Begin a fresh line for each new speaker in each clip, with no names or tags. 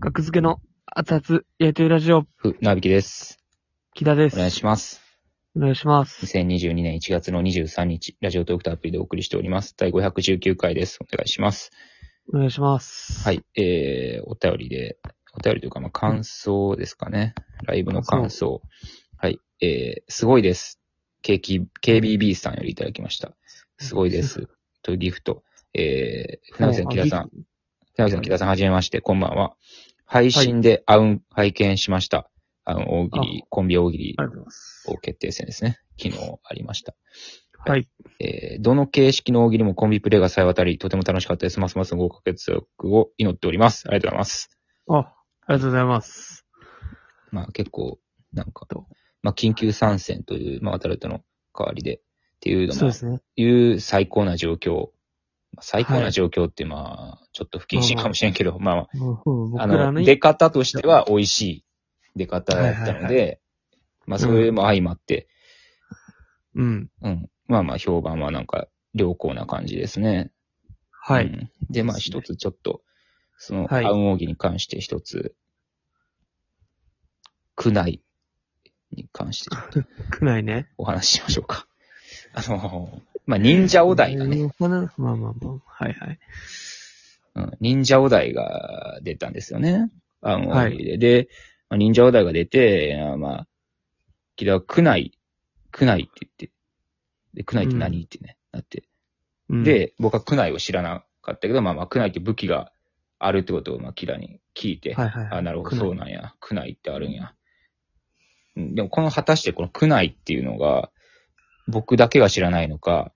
格付けの熱々焼いてるラジオ、
ふ、なびきです。
木田で
お
す。
願いします。
お願いします。
2022年1月の23日、ラジオトークとアプリでお送りしております。第519回です。お願いします。
お願いします。
はい。えー、お便りで、お便りというか、まあ、感想ですかね。ライブの感想。はい。えー、すごいです。ケーキ、KBB さんよりいただきました。すごい です。というギフト。えー、船木さん、木田さん、船木さん、木田さん、はじめまして、こんばんは。配信であうん、拝見しました。あの、大喜利、コンビ大喜利
ありがとうございます。
王決定戦ですね。昨日ありました。
はい。
えーどの形式の大喜利もコンビプレイがさえ渡り、とても楽しかったです。ますますの合格力を祈っております。ありがとうございます。
あ、ありがとうございます。
まあ結構、なんか
どう、
まあ緊急参戦という、まあアタルトの代わりで、っていうの
そう
も
で、すね。
いう最高な状況。まあ最高
は
ない状況って、まあ、ちょっと不謹慎かもしれんけど、まあまあ、
もううん僕
あ
ら
の、
の
出方としては美味しい出方だった
はい
の
は
で、まあそれも相まって、
うん。
うん。まあまあ、評判はなんか、良好な感じですね。
は
う
い。
んで、まあ、
ですね
一つちょっと、その、
はい
暗奥義に関して一つ、苦内に関して
くないね。
お話ししましょうか。 あの、まあ、忍者お題がね、
うん。まあまあまあ。はいはい。
うん、忍者お題が出たんですよね。暗奥
は
義で。で、まあ、忍者お題が出て、あまあ、木田は苦内、苦内って言って、で、苦内って何、ってね、なって。
うん、
で、僕はクナイを知らなかったけど、まあまあ、クナイって武器があるってことを、まあ、キラに聞いて、
はいはいはい。
あ、なるほど、
くい
そうなんや。クナイってあるんや。うんでも、この果たしてこのクナイっていうのが、僕だけが知らないの か、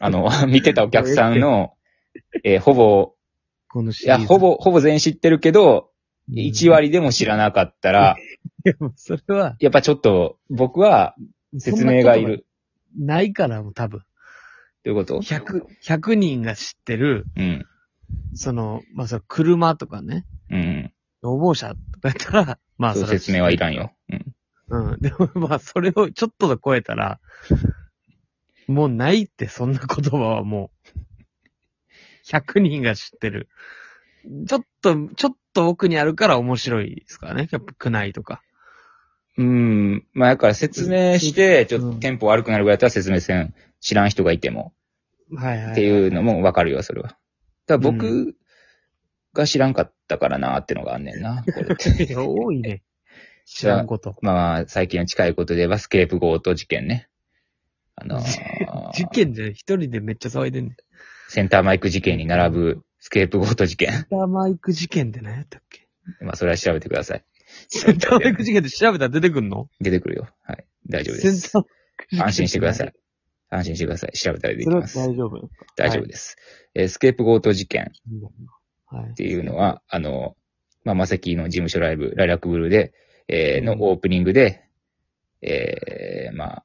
あの、見てたお客さんの、えーほぼ、
このシ
い
リー
や、
ズ
ほ、ぼ、ほぼ全員知ってるけど、1
話。
割でも知らなかったら、
いやもうそれは、
やっぱちょっと、僕は説明が
そんなこ
いる。
とがないから、もう多分。
ということ
100、100人が知ってる、
うん。
その、まあ、その車とかね、
うん。
消防車とかやったら、まあ、
そう
れは
説明はいらんよ。うん。
うん。でも まあ、それをちょっとで超えたら、もうないって、そんな言葉はもう。100人が知ってる。ちょっと、ちょっと奥にあるから面白いですからね。やっぱ、くないとか。
うん。まあ、だから説明して、ちょっとテンポ悪くなるぐらいだったら説明せん。知らん人がいても。
はいはい、
っていうの
も。
もわかるよ、それは。ただ
う
僕が知らんかったからな、ってのがあんねんな。これって
いや多いね。知らんこと。
まあ、最近の近いことで言えば、スケープゴート事件ね。あのー
事件じゃない。一人でめっちゃ騒いでんねん。
センターマイク事件に並ぶスケープゴート事件。
センターマイク事件って何やったっけ
まあ、それは調べてください。
センターマイク事件って調べたら出てくんの
出てくるよ。はい。大丈夫で
セン
す。
ターマイク事件
安心してください。安心してください。調べたらでき
それは
ます。
大丈夫。
大丈夫です。えースケープゴート事件。
はい。っ
っていうのは、あの、まあ、マセキの事務所ライブ、ライラックブルーで、えー
う
の
ん
オープニングで、えーまあ、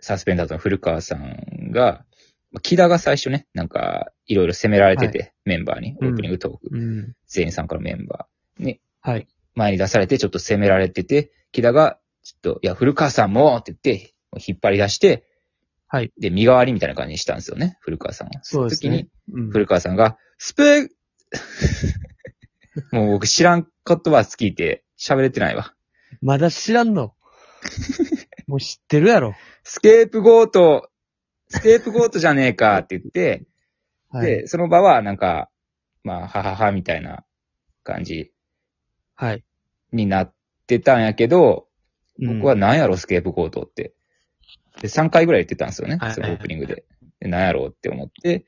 サスペンダーズの古川さんが、まあ木田が最初ね、なんか、いろいろ責められてて、メンバーに、オ
うん
ープニングトーク、
うん。
全員参加のメンバーに、
はい。
前に出されて、ちょっと責められてて、木田が、ちょっと、いや、古川さんもって言って、引っ張り出して、
はい。
で、身代わりみたいな感じにしたんですよね、古川さんは。
そうですね。うん
古川さんが、スペー、も う僕知らん言葉好きて喋れてないわ。
まだ知らん の。もう知ってるやろ。
スケープゴート、スケープゴートじゃねえかって言って、
はい。
で、その場はなんか、まあ、はははみたいな感じ
はい。
になってたんやけど、
うん
僕は、なんやろスケープゴートって。で、3回ぐらい言ってたんですよね
はい、
そ
はい
の
はい
オープニングで。でなんやろうって思って、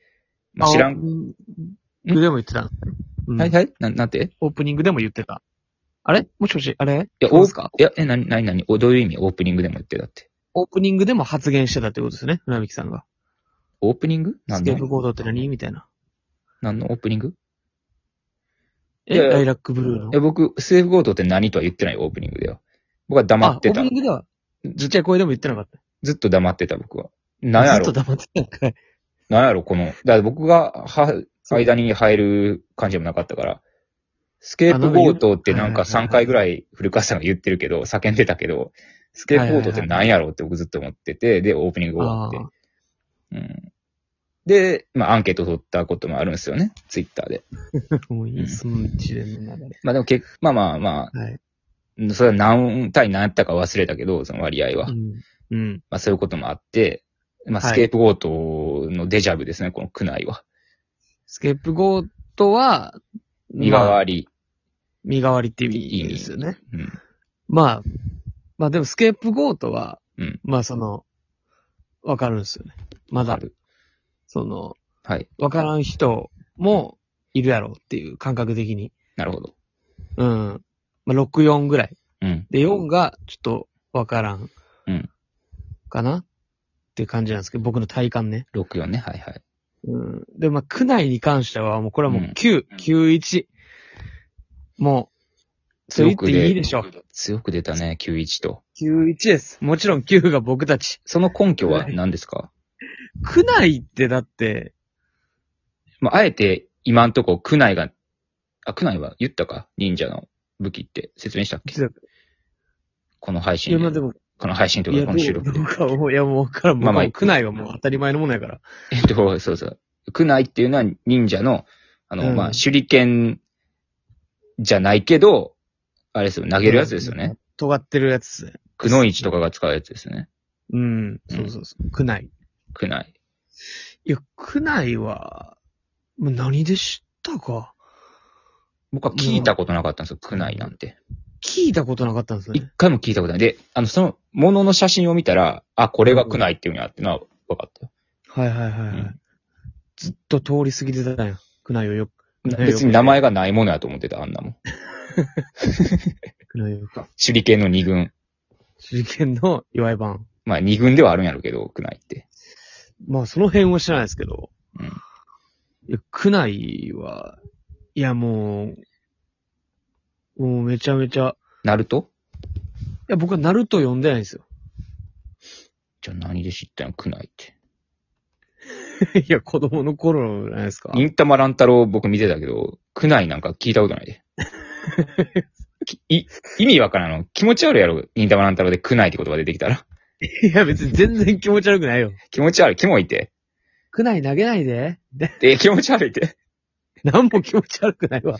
まあ、知
あ。
ら
オ
ん。
ープニングでも言ってた。うん
はいはいな、なんて
オープニングでも言ってた。あれもしもしあれ
いや、
どう
オ
です
ー
か
プ、いや、え、なになになにおどういう意味オープニングでも言ってたって。
オープニングでも発言してたってことですね。船引さんが。
オープニングな
ス
ん
ケ
の
ープゴードって何みたいな。
何のオープニングい
え、
やいや
ライラックブルーの
い。や、僕、スープゴートって何とは言ってないオープニングだよ。僕は黙
あ、オ
っ
ープ
てた
ニン。グでは、ちっちゃい声でも言ってなかった。
ずっと黙ってた、僕は。何や
ず
ろ
っと黙ってたんか い。
何やろこの。だから僕が、は、
そう
間に入る感じでもなかったから。スケープゴートって
あ
なんか
なんか言う
3回ぐらい古川さんが言ってるけど、叫んでたけど、スケープゴートって何やろって僕ずっと思ってて、で、オープニング終わって。うん。で、まあアンケート取ったこともあるんですよね。ツイッターで。
もういい、その一連の流れ。
まあでも結まあまあま
はい。
あ、それは何対何やったか忘れたけど、その割合は。
うん。うん。
まあそういうこともあって、まあ
はい
スケープゴートのデジャブですね、この区内は。
スケープゴートは、
身代
まあ
わり。
身代わりっていう意味ですよね。
うん。
まあ、まあでもスケープゴートは、
うん
まあその、わかるんですよね。ま
わ
だ
か、る
その、
はい。
わからん人もいるやろうっていう感覚的に。
なるほど。
うん。まあ6、4ぐらい。
うん。
で、4がちょっとわからん。
うん
かなっていう感じなんですけど、僕の体感ね。
64ね、はいはい。
うん。で、まあ、区内に関しては、もうこれはもううん9、91。もう、そう言っ
強く
ていいで
で、
しょう。
強く出たね、91と。
91です。もちろん9が僕たち。
その根拠は何ですか
区内ってだって、
まあ、あえて今んとこ、区内が、あ、区内は言ったか忍者の武器って説明したっけこの配
い
信
や、
で。
まあでも、
この配信と
い
いう
や、
か、
ど
こ
う
の収録で
どう。かもう、いや、もうわからん。
まあまあ
もう区内はもう当たり前のものやから。
えっと、そうそう。区内っていうのは忍者の、あの、
うん
まあ、手裏剣じゃないけど、あれですよ、投げるやつですよね。。
尖ってるやつですね。
くのいちとかが使うやつですね。
うん、そうそうそう。区内。
区内。
いや、区内は、もう何で知ったか。
僕は聞いたことなかったんですよ、区内なんて。
聞いたことなかったんです
一
ね。
回も聞いたことない。で、あの、その、ものの写真を見たら、あ、これが区内っていうんやってのは分かったよ。
はいはいはいはい。
うん
ずっと通り過ぎてたんや。区内をよく。
別に名前がないものやと思ってた、あんなもん。
区内をよく。
手裏剣の二軍。
手裏剣の祝い版。
まあ二軍ではあるんやろうけど、区内って。
まあ、その辺は知らないですけど。
うん
いや、区内は、いやもう、もうめちゃめちゃ、
ナルト
いや、僕はナルト読んでないんですよ。
じゃあ何で知ったの区内って。
いや、子供の頃じゃないですか。
忍たま乱太郎僕見てたけど、区内なんか聞いたことない で。きい意味わからんの。気持ち悪いやろ、忍たま乱太郎で区内って言葉出てきたら。
いや、別に全然気持ち悪くないよ。
気持ち悪い、キモいって。
区内投げないで。で、
で、気持ち悪いって。
なんも気持ち悪くないわ。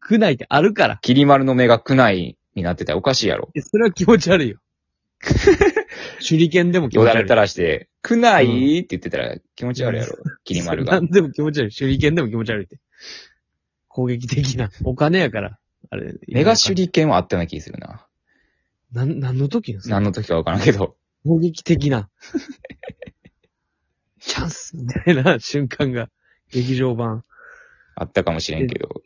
区内ってあるから。
きり丸の目が区内になってたらおかしいやろ。
いやそれは気持ち悪い よ。手裏剣でも気
よ
持ち悪
だ
い。
れ
ら
垂らして、区内って言ってたら気持ち悪いやろ。きり丸が。
何でも気持ち悪い。手裏剣でも気持ち悪いって。攻撃的な。お金やから。あれ。
メガ手裏剣はあったような気するな。
なん、何の時ですか
何の時かわからんけど。
攻撃的 な。チャンスみたいな瞬間が、劇場版。
あったかもしれんけど。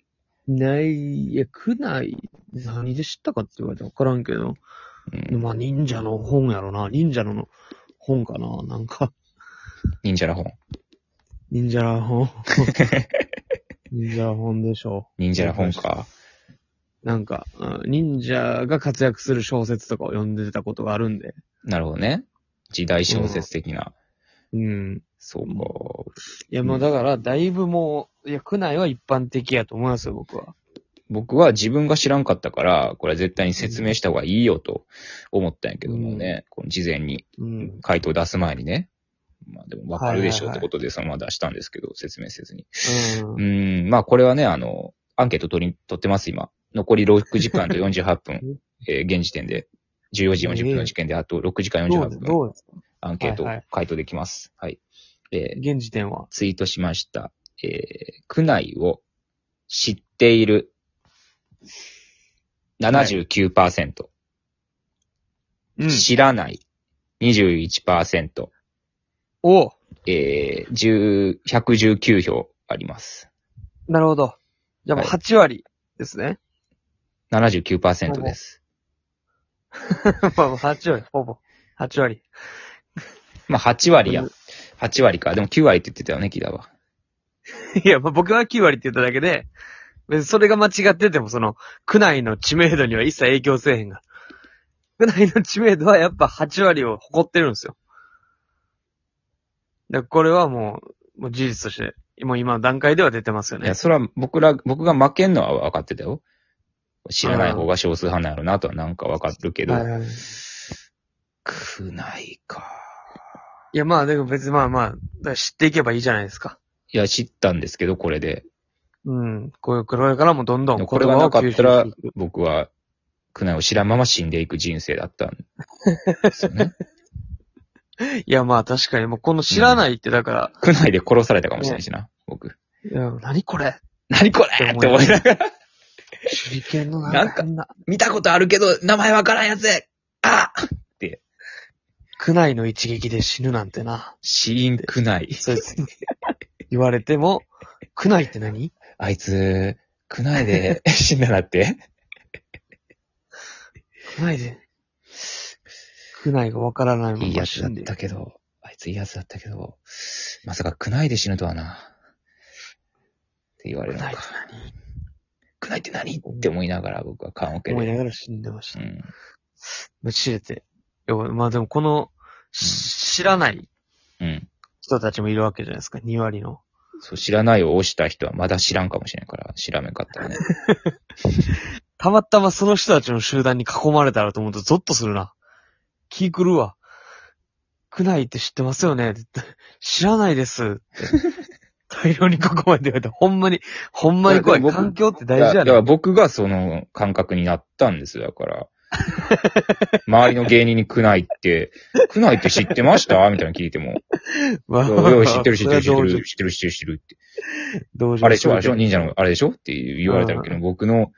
ない、いや、区内、何で知ったかって言われてわからんけど。
うん、
まあ、忍者の本やろな。忍者の本かな。なんか、
忍者ら本。
忍者ら 本。忍者ら本でしょ
忍者ら本か。
う。なんか、うん忍者が活躍する小説とかを読んでたことがあるんで。
なるほどね。時代小説的な。
うん。
そうか。
いや、まあだから、だいぶもう、いや、区内は一般的やと思いますよ、僕は。
僕は自分が知らんかったから、これは絶対に説明した方がいいよと思ったんやけどもね、この事前に、
うん。
回答出す前にね。まあでもわかるでしょうっ
はいはいはい
てことでそのまま出したんですけど、説明せずに。
うん
う。ん、まあこれはね、あの、アンケート取り、取ってます、今。残り6時間と48分。 えー現時点で、14時40分の時点で、あと6時間
どう
48
です
分。
どうです
アンケート
はいはい
回答できます。はい、えー
現時点は。
ツイートしました。えー、区内を知っている79%、
うん
知らない21%、
おう
えー、10 119票あります。
なるほど。じゃあもう
はい
8割ですね。
79%です。
まあまあ8割、ほぼ。8割。
まあ、8割や。8割か。でも9割って言ってたよね、木田は。
いや、まあ、僕は9割って言っただけで、別にそれが間違ってても、その、区内の知名度には一切影響せえへんが。区内の知名度はやっぱ8割を誇ってるんですよ。だからこれはもう、もう事実として、もう今の段階では出てますよ
い
ね
や、。それは僕ら、僕が負けんのは分かってたよ。知らない方が少数派なんやろなとはなんか分かるけど、
はいはい
区内か。
いや、まあ、でも別にまあまあ、だから知っていけばいいじゃないですか。
いや、知ったんですけど、これで。
うん。こういう、これからもどんどん
で
言
もこれが
葉
な
を
か
吸収
っ
して
た
いく
ら、僕は、苦難を知らんまま死んでいく人生だったんですよ ね。
いや、まあ確かに、もうこの知らないって、だか
苦難で殺されたかもしれないしな、僕。
ら、いや何これ
何これって思いながら、
手裏剣の
な
なんん
か
か変な、
見たことあるけど、名前わからんやつあ
区内の一撃で死ぬなんてな。
死因苦難。
そうです。言われても、区内って何
あいつ、苦難 で死んだなって。
区内で。区内がわからないまま
いいやつ
死
だっ
んでる
たけど、あいついいやつだったけど、まさか苦難で死ぬとはな。って言われ
区
るの
内って
か。苦難って何って思いながら僕は缶オケ
何思いな
で。
がら死んでまし
う
た。
ん。
むしれて。いやまあでもこの、し知らない
うん。
人たちもいるわけじゃないですか、2割の。
そう、知らないを押した人はまだ知らんかもしれんから、知らめんかったらね。
たまたまその人たちの集団に囲まれたらと思うとゾッとするな。気狂うわ。区内って知ってますよねって言って知らないですって。大量にここまで言われて、ほんまに、ほんまに怖い。
いやでも僕
環境って
だ
大事や
だか
ね。
ら僕がその感覚になったんですよ、だから。周りの芸人に苦ないって、苦ないって知ってましたみたいなの聞いても。
わ
いやいや知ってる知ってる知
そ
って
れは
る知ってる知ってる知ってるって。
同情同情
あれでしょあれで
す
しょ
る
忍者のあれでしょって言われたけど、僕の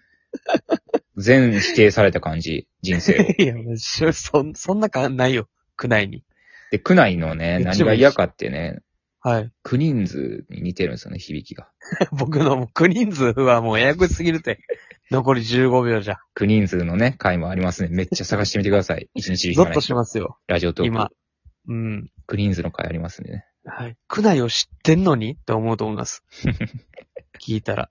全否定された感じ、人生を。
いや、もうそそんそんな感ないよ。区内に。
で、苦ない のね、何が嫌かってね、
はい。
苦人数に似てるんですよね、響きが。
僕のもう9人数はもうややこしすぎるって。残り15秒じゃ。
苦人数のね、回もありますね。めっちゃ探してみてください。一日
ゾ
暇
ッ
な
と
人
しますよ。
ラジオトー
今
ク。。
うん。
苦人数の回ありますんでね。
はい。区内を知ってんのにって思うと思います。聞いたら。